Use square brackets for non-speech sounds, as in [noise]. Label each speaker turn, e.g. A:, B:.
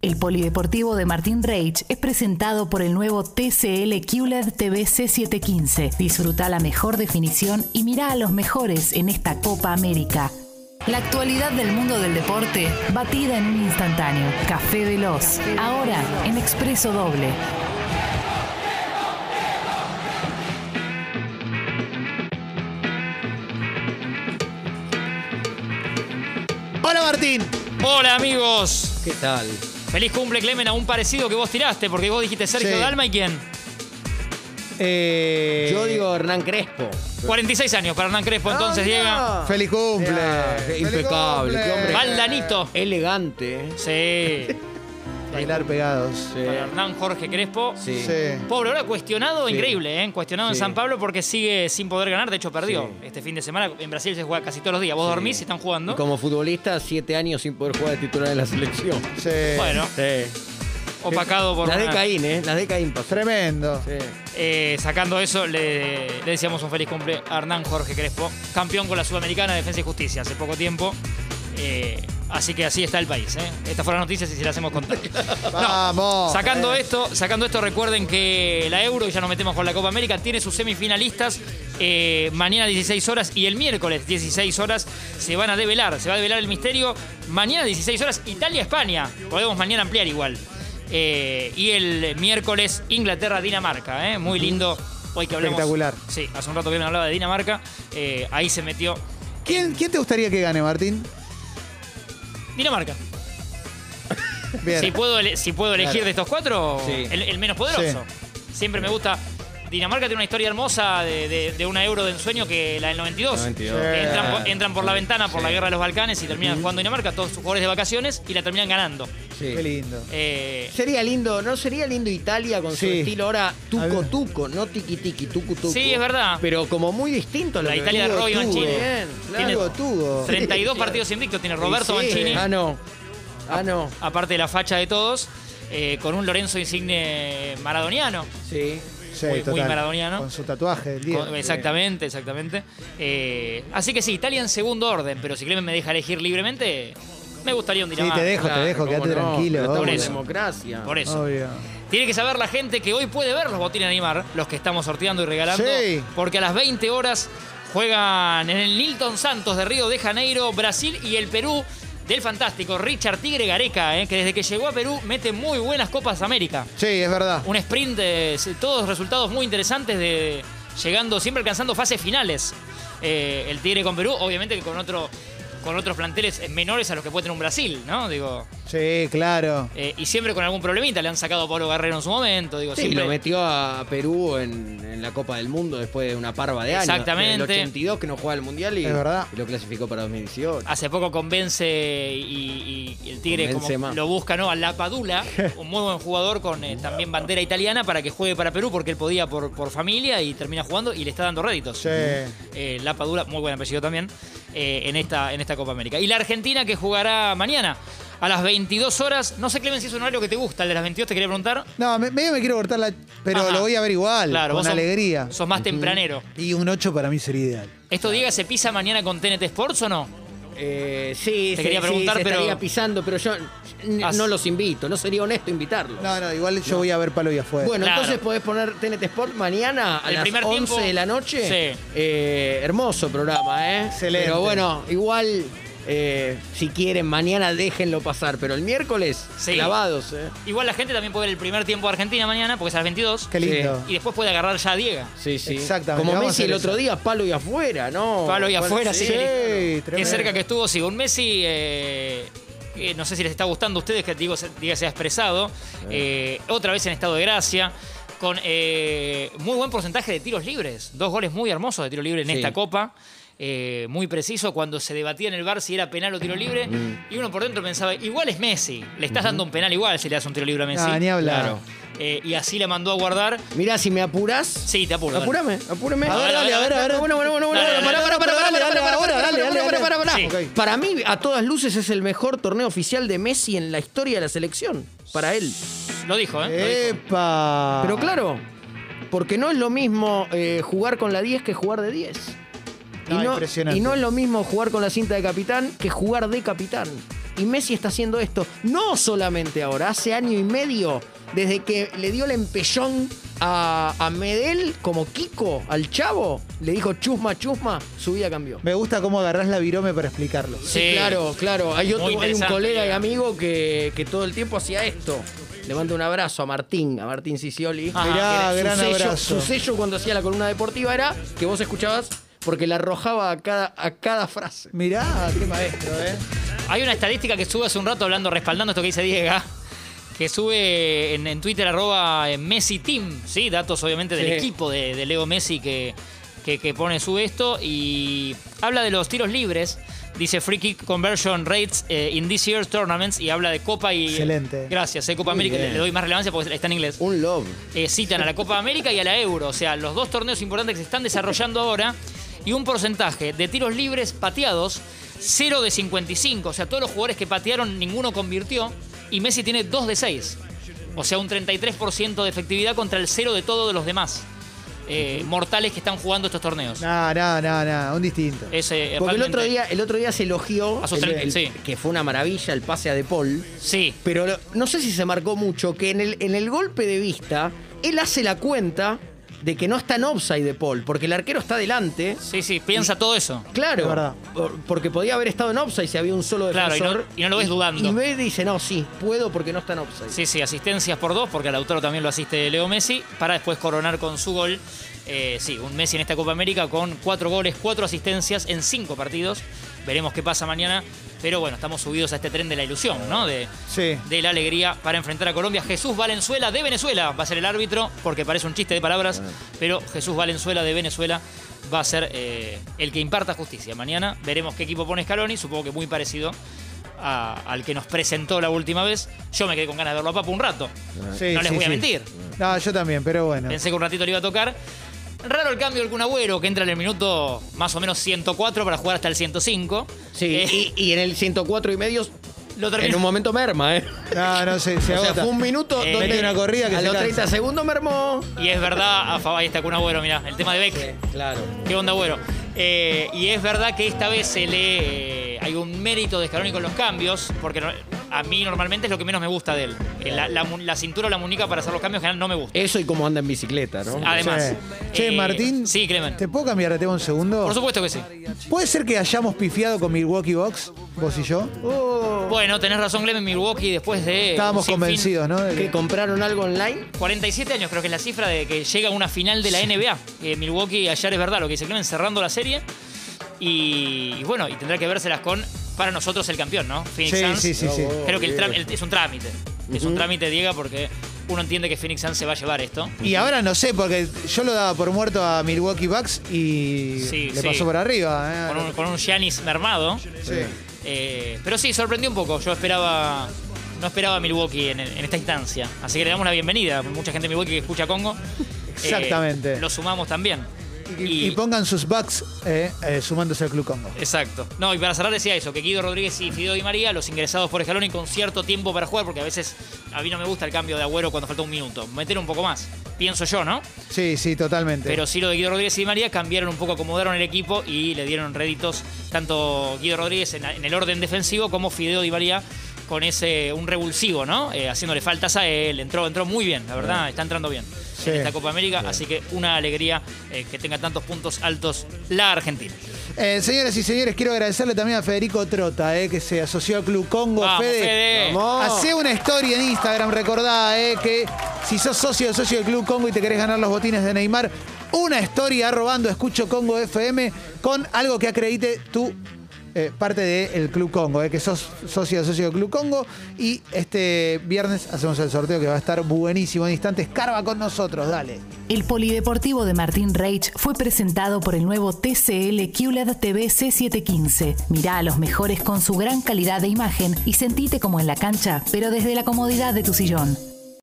A: El polideportivo de Martín Reich es presentado por el nuevo TCL QLED TV C715. Disfruta la mejor definición y mira a los mejores en esta Copa América. La actualidad del mundo del deporte, batida en un instantáneo. Café Veloz, ahora en Expreso Doble.
B: Hola Martín.
C: Hola amigos,
B: ¿Qué tal?
C: feliz cumple Clemen a un parecido que vos tiraste, porque vos dijiste Sergio
B: Sí.
C: Dalma y quién.
B: Yo
C: Eh,
D: Yo
B: digo
D: digo Hernán Crespo.
C: 46 años para Hernán Crespo, entonces
D: Ah,
C: llega
D: mirá.
B: feliz cumple.
D: Mirá, qué
B: Feliz
D: impecable,
B: cumple.
D: qué hombre.
C: Valdanito.
D: Elegante. [laughs]
C: Sí.
B: Bailar pegados.
D: Sí.
C: Para Hernán Jorge Crespo.
D: Sí.
B: Sí.
C: Pobre, ahora cuestionado, increíble, ¿eh? Cuestionado en
D: Sí.
C: San Pablo porque sigue sin poder ganar, de hecho perdió
D: Sí.
C: este fin de semana. En Brasil se juega casi todos los días, vos dormís y están jugando.
D: Y como futbolista, siete años sin poder jugar de titular en la selección.
B: Sí.
C: Bueno,
D: Sí.
C: opacado por...
D: Las de
C: una-
D: Caín, ¿eh? Las de Caín pasó.
B: Tremendo.
D: Sí.
C: Eh, sacando eso, le, le deseamos un feliz cumple a Hernán Jorge Crespo, campeón con la Sudamericana de Defensa y Justicia hace poco tiempo. Eh, así que así está el país. ¿eh? Estas fueron las noticias y se las hacemos contar.
B: Vamos.
C: Sacando esto, sacando esto, recuerden que la Euro, y ya nos metemos con la Copa América, tiene sus semifinalistas eh, mañana 16 horas y el miércoles 16 horas se van a develar, se va a develar el misterio. Mañana 16 horas, Italia-España. Podemos mañana ampliar igual. Eh, y el miércoles, Inglaterra-Dinamarca. ¿eh? Muy lindo. Hoy que hablamos.
B: Espectacular.
C: Sí, hace un rato que me hablaba de Dinamarca. eh, ahí se metió
B: ¿Quién, quién te gustaría que gane, Martín?
C: Dinamarca.
B: Bien.
C: Si puedo, ele- si puedo elegir
D: Claro.
C: de estos cuatro,
D: Sí.
C: el, el menos poderoso. Siempre me gusta. Dinamarca tiene una historia hermosa de, de- de una euro de ensueño que la del 92.
D: 92.
C: Que Entran, por, entran por la ventana por
D: Sí.
C: la guerra de los Balcanes y terminan jugando Dinamarca, todos sus jugadores de vacaciones y la terminan ganando.
D: Sí.
B: Qué lindo.
C: Eh,
D: Sería lindo, ¿no? Sería lindo Italia con su
B: Sí.
D: estilo ahora tuco
B: Al-
D: tuco, no tiki tiki, tucu tucu.
C: Sí, es verdad.
D: Pero como muy distinto a lo
C: La
D: que
C: Italia de
D: tuvo,
C: Roy
D: tuvo.
C: Mancini.
D: Bien,
C: Tiene
D: claro, tuvo.
C: 32
D: Sí,
C: partidos invictos tiene Roberto
D: sí.
C: Mancini,
D: Ah, no. Ah, no.
C: aparte de la facha de todos, eh, con un Lorenzo Insigne maradoniano.
D: Sí.
B: Sí,
C: muy- muy
B: total.
C: maradoniano.
B: Con su tatuaje del
C: Con-
B: día.
C: exactamente, exactamente. Eh, así que sí, Italia en segundo orden, pero si Clemen me deja elegir libremente, me gustaría un
B: Sí,
C: Dinamarca.
B: te dejo, te dejo,
D: cómo
B: quédate
D: no,
B: tranquilo.
D: pero
C: Por
D: estamos en
B: obvio.
C: eso.
D: democracia.
C: Por eso.
B: Obvio.
C: Tiene que saber la gente que hoy puede ver los botines de Neymar, los que estamos sorteando y regalando,
B: Sí.
C: porque a las 20 horas juegan en el Nilton Santos de Río de Janeiro, Brasil y el Perú del fantástico Richard Tigre Gareca, eh, que desde que llegó a Perú mete muy buenas Copas América.
B: Sí, es verdad.
C: Un sprint, de, todos resultados muy interesantes de llegando, siempre alcanzando fases finales. Eh, el Tigre con Perú, obviamente que con otro con otros planteles menores a los que puede tener un Brasil, ¿no? Digo,
B: Sí, claro.
C: eh, y siempre con algún problemita, le han sacado a Pablo Guerrero en su momento, digo,
D: Sí,
C: siempre-
D: lo metió a Perú en, en la Copa del Mundo después de una parva de años.
C: Exactamente.
D: En el 82 que no jugaba el Mundial y,
B: Es verdad.
D: y lo clasificó para 2018.
C: Hace poco convence y, y- y el Tigre
D: Convence
C: como
D: más.
C: lo busca, ¿no? A
D: [laughs]
C: La Padula, un muy buen jugador con eh, también bandera italiana para que juegue para Perú porque él podía por, por familia y termina jugando y le está dando réditos.
B: Sí.
C: Eh, La Padula, muy buen apellido también, eh, en, esta, en esta Copa América. Y la Argentina que jugará mañana a las 22 horas. No sé, Clemen, si es un horario que te gusta, el de las 22 te quería preguntar.
B: No, me- medio me quiero cortar la. Pero
C: Ajá.
B: lo voy a ver igual.
C: Claro,
B: con
C: vos sos-
B: alegría.
C: Sos más tempranero.
B: Y un 8 para mí sería ideal.
C: ¿Esto, Diego, se pisa mañana con TNT Sports o no?
D: Eh, sí,
C: Te
D: sí,
C: quería
D: sí,
C: preguntar,
D: se
C: pero-
D: estaría pisando, pero yo n-
C: As-
D: no los invito. No sería honesto invitarlos.
B: No, no, igual yo voy a ver palo y afuera.
D: Bueno,
C: Claro.
D: entonces podés poner TNT Sport mañana a
C: El
D: las
C: primer
D: 11
C: tiempo-
D: de la noche.
C: Sí.
D: Eh, hermoso programa, ¿eh?
B: Excelente.
D: Pero bueno, igual, eh, si quieren, mañana déjenlo pasar. Pero el miércoles,
C: Sí.
D: clavados, ¿eh?
C: Igual la gente también puede ver el primer tiempo de Argentina mañana, porque es a las 22.
B: Qué lindo.
C: Y después puede agarrar ya a Diego.
D: Sí, sí.
B: Exactamente,
D: Como
B: vamos a
D: Messi
B: hacer
D: el
B: eso.
D: otro día, palo y afuera, ¿no?
C: Palo y afuera, sí.
B: Sí,
C: Qué
B: tremendo.
C: cerca que estuvo, sí. Un Messi, eh, eh, no sé si les está gustando a ustedes que digo, se, Diego se ha expresado. eh, otra vez en estado de gracia. Con eh, muy buen porcentaje de tiros libres. Dos goles muy hermosos de tiro libre en
D: Sí.
C: esta Copa. eh, muy preciso cuando se debatía en el bar si era penal o tiro libre.
B: Mm.
C: Y uno por dentro pensaba, igual es Messi. Le estás dando un penal igual si le das un tiro libre a Messi.
B: Ah, ni hablar.
C: Claro. Eh, y así la mandó a guardar.
D: Mirá, si me apurás.
C: Sí, te apuro. dale.
D: Apúrame, apúrame.
C: A ver, dale, a ver, a ver.
D: Bueno, bueno, bueno, bueno.
C: Dale,
D: Pará,
C: dale,
D: pará, pará,
B: dale,
D: pará,
B: dale,
D: pará,
B: ahora,
D: pará,
B: dale,
D: pará,
B: dale,
D: pará,
B: dale.
D: pará,
C: Sí.
D: pará.
B: Ok.
D: Para mí, a todas luces, es el mejor torneo oficial de Messi en la historia de la selección. Para él.
C: Lo dijo, ¿eh? Lo dijo.
B: ¡Epa!
D: Pero claro, porque no es lo mismo eh, jugar con la 10 que jugar de 10.
B: No, impresionante.
D: y no es lo mismo jugar con la cinta de capitán que jugar de capitán. Y Messi está haciendo esto no solamente ahora, hace año y medio, desde que le dio el empellón a, a Medel como Kiko, al chavo, le dijo chusma, chusma, su vida cambió.
B: Me gusta cómo agarrás la virome para explicarlo.
C: Sí.
D: Sí, claro, claro. Hay, otro-
C: Muy
D: hay un
C: interesante,
D: colega y
C: digamos.
D: amigo que, que todo el tiempo hacía esto. Le mando un abrazo a Martín, a Martín Sicioli.
C: Ajá.
D: Que
B: Mirá,
D: era su
B: gran
D: sello-
B: abrazo.
D: Su sello cuando hacía la columna deportiva era que vos escuchabas porque la arrojaba a cada, a cada frase.
B: Mirá, qué maestro, ¿eh?
C: Hay una estadística que sube hace un rato hablando, respaldando esto que dice Diego, que sube en, en Twitter arroba eh, Messi Team, ¿sí? Datos obviamente del
D: Sí.
C: equipo de, de Leo Messi que, que, que pone, sube esto y habla de los tiros libres. Dice Free Kick Conversion Rates eh, in this year's tournaments y habla de Copa y.
B: Excelente.
C: Gracias, eh, Copa
D: Muy
C: América.
D: bien.
C: Le doy más relevancia porque está en inglés
D: Un love.
C: eh, citan a la Copa América y a la Euro. O sea, los dos torneos importantes que se están desarrollando ahora. Y un porcentaje de tiros libres pateados, 0 de 55. O sea, todos los jugadores que patearon, ninguno convirtió. Y Messi tiene 2 de 6. O sea, un 33% de efectividad contra el 0 de todos los demás eh, mortales que están jugando estos torneos.
B: No, no, no, no, un distinto.
C: Es, eh,
D: Porque el
C: realmente-
D: otro, día, el otro día se elogió,
C: A sus
D: el-
C: treinta,
D: el-
C: sí.
D: que fue una maravilla el pase a De Paul.
C: Sí.
D: Pero lo- no sé si se marcó mucho que en el, en el golpe de vista, él hace la cuenta de que no está en offside de Paul, porque el arquero está delante.
C: Sí, sí, piensa todo eso.
D: Claro,
B: Es verdad.
D: por- porque podía haber estado en offside si había un solo
C: Claro, y no-
D: defensor.
C: y no lo ves dudando.
D: Y ve y dice, no, sí, puedo porque no está en offside.
C: Sí, sí, asistencias por dos, porque al Lautaro también lo asiste Leo Messi, para después coronar con su gol. Eh, sí, un Messi en esta Copa América con cuatro goles, cuatro asistencias en cinco partidos. Veremos qué pasa mañana, pero bueno, estamos subidos a este tren de la ilusión, ¿no? De,
B: Sí.
C: de la alegría para enfrentar a Colombia. Jesús Valenzuela de Venezuela va a ser el árbitro, porque parece un chiste de palabras, pero Jesús Valenzuela de Venezuela va a ser eh, el que imparta justicia. Mañana veremos qué equipo pone Scaloni, supongo que muy parecido a- al que nos presentó la última vez. Yo me quedé con ganas de verlo a Papo un rato.
B: Sí,
C: no les
B: sí,
C: voy a
B: sí.
C: mentir.
B: No, yo también, pero bueno.
C: Pensé que un ratito le iba a tocar. Raro el cambio del Kun Agüero, que entra en el minuto más o menos 104 para jugar hasta el 105.
D: Sí,
C: Eh,
D: y, y en el 104 y medio,
C: lo termina-
D: en un momento merma,
B: [laughs]
D: ¿eh?
B: No, no sé,
C: [laughs]
B: se
D: o sea,
B: agota.
D: fue un minuto
C: Eh,
D: donde
C: mete
B: una corrida que
D: a
B: se
D: los
B: cansa.
D: 30 segundos mermó.
C: Y es verdad, a favor, ahí está Kun Agüero, mirá, el tema de Beck.
B: Eh,
D: Claro.
C: ¿Qué onda, bueno? eh, y es verdad que esta vez se le, eh, hay un mérito de Scaloni con los cambios, porque no- a mí normalmente es lo que menos me gusta de él. Eh, La, la mu- la cintura o la muñeca para hacer los cambios en general no me gusta.
D: Eso y cómo anda en bicicleta, ¿no?
C: Además.
B: Sí. Ah. Che,
C: eh,
B: Martín.
C: Sí, Clemen.
B: ¿Te puedo cambiar de tema un segundo?
C: Por supuesto que sí.
B: ¿Puede ser que hayamos pifiado con Milwaukee Box, vos y yo?
C: Eh, Bueno, tenés razón, Clemen, Milwaukee después de...
B: Estábamos
C: un sinfín-
B: convencidos, ¿no? De que-
D: ¿Que compraron algo online?
C: 47 años creo que es la cifra de que llega a una final de la NBA. Eh, Milwaukee ayer es verdad, lo que dice Clemen, cerrando la serie. Y, y bueno, y tendrá que vérselas con, para nosotros, el campeón, ¿no? Phoenix
B: Sí,
C: Suns.
B: sí, sí, sí.
C: Creo que el trámite- el- es un trámite. Es un trámite, Diego, porque uno entiende que Phoenix Suns se va a llevar esto.
B: Y ahora no sé, porque yo lo daba por muerto a Milwaukee Bucks y
C: Sí,
B: le
C: sí.
B: pasó por arriba. ¿eh?
C: Con un, con un Giannis mermado.
B: Sí.
C: Eh, pero sí, sorprendió un poco. Yo esperaba. No esperaba a Milwaukee en, en esta instancia. Así que le damos la bienvenida. Mucha gente de Milwaukee que escucha Congo. Eh,
B: [laughs] Exactamente.
C: lo sumamos también.
B: Y, y pongan sus Bucks eh, eh, sumándose al Club Congo.
C: Exacto. No, y para cerrar decía eso, que Guido Rodríguez y Fideo Di María, los ingresados por Escaloni con cierto tiempo para jugar, porque a veces a mí no me gusta el cambio de agüero cuando falta un minuto. Meter un poco más, pienso yo, ¿no?
B: Sí, sí, totalmente.
C: Pero sí lo de Guido Rodríguez y Di María cambiaron un poco, acomodaron el equipo y le dieron réditos tanto Guido Rodríguez en, en el orden defensivo como Fideo Di María con ese un revulsivo, ¿no? Eh, haciéndole faltas a él. Entró, entró muy bien, la verdad, está entrando bien
B: Sí.
C: en esta Copa América, así que una alegría eh, que tenga tantos puntos altos la Argentina.
B: Eh, señoras y señores, quiero agradecerle también a Federico Trota, eh, que se asoció al Club Congo.
C: Vamos,
B: Fede,
C: Fede.
D: Vamos.
B: hacé una historia en Instagram, recordá eh, que si sos socio o socio del Club Congo y te querés ganar los botines de Neymar, una historia robando Escucho Congo FM con algo que acredite tu eh, parte del Club Congo, eh, que sos socio o socio del Club Congo. Y este viernes hacemos el sorteo que va a estar buenísimo en instantes. Carva con nosotros, dale.
A: El Polideportivo de Martín Reich fue presentado por el nuevo TCL QLED TV C715. Mirá a los mejores con su gran calidad de imagen y sentite como en la cancha, pero desde la comodidad de tu sillón.